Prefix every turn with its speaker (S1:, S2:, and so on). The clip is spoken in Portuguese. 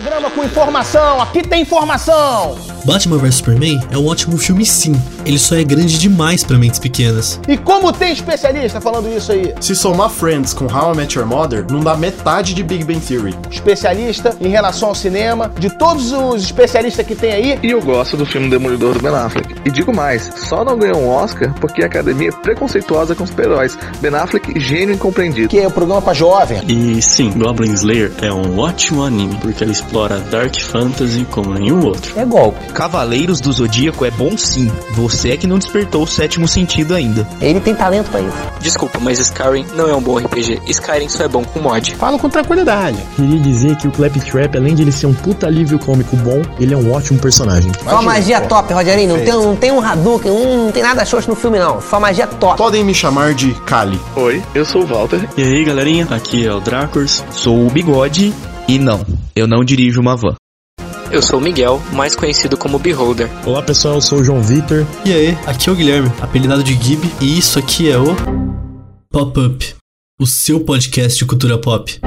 S1: Programa com informação, aqui tem informação!
S2: Batman vs Superman é um ótimo filme sim, ele só é grande demais para mentes pequenas.
S1: E como tem especialista falando isso aí?
S3: Se somar Friends com How I Met Your Mother, não dá metade de Big Bang Theory.
S1: Especialista em relação ao cinema, de todos os especialistas que tem aí.
S4: E eu gosto do filme Demolidor do Ben Affleck. E digo mais, só não ganhou um Oscar porque a academia é preconceituosa com super-heróis. Ben Affleck, gênio incompreendido.
S1: Que é o um programa pra jovem.
S5: E sim, Goblin Slayer é um ótimo anime, porque ele explora Dark Fantasy como nenhum outro.
S6: É golpe. Cavaleiros do Zodíaco é bom sim. Você é que não despertou o sétimo sentido ainda.
S7: Ele tem talento para isso.
S8: Desculpa, mas Skyrim não é um bom RPG. Skyrim só é bom com mod.
S9: Falo com tranquilidade.
S10: Queria dizer que o Claptrap, além de ele ser um puta alívio cômico bom, ele é um ótimo personagem.
S7: Só Imagina, magia pô. top, Rogerinho. Não tem, não tem um Hadouken, um, não tem nada xoxo no filme, não. Só magia top.
S3: Podem me chamar de Kali.
S4: Oi, eu sou o Walter.
S5: E aí, galerinha? Aqui é o Dracors.
S6: Sou o Bigode. E não, eu não dirijo uma van.
S8: Eu sou o Miguel, mais conhecido como Beholder.
S10: Olá pessoal, eu sou o João Vitor.
S2: E aí, aqui é o Guilherme, apelidado de Gib, e isso aqui é o Pop Up, o seu podcast de cultura pop.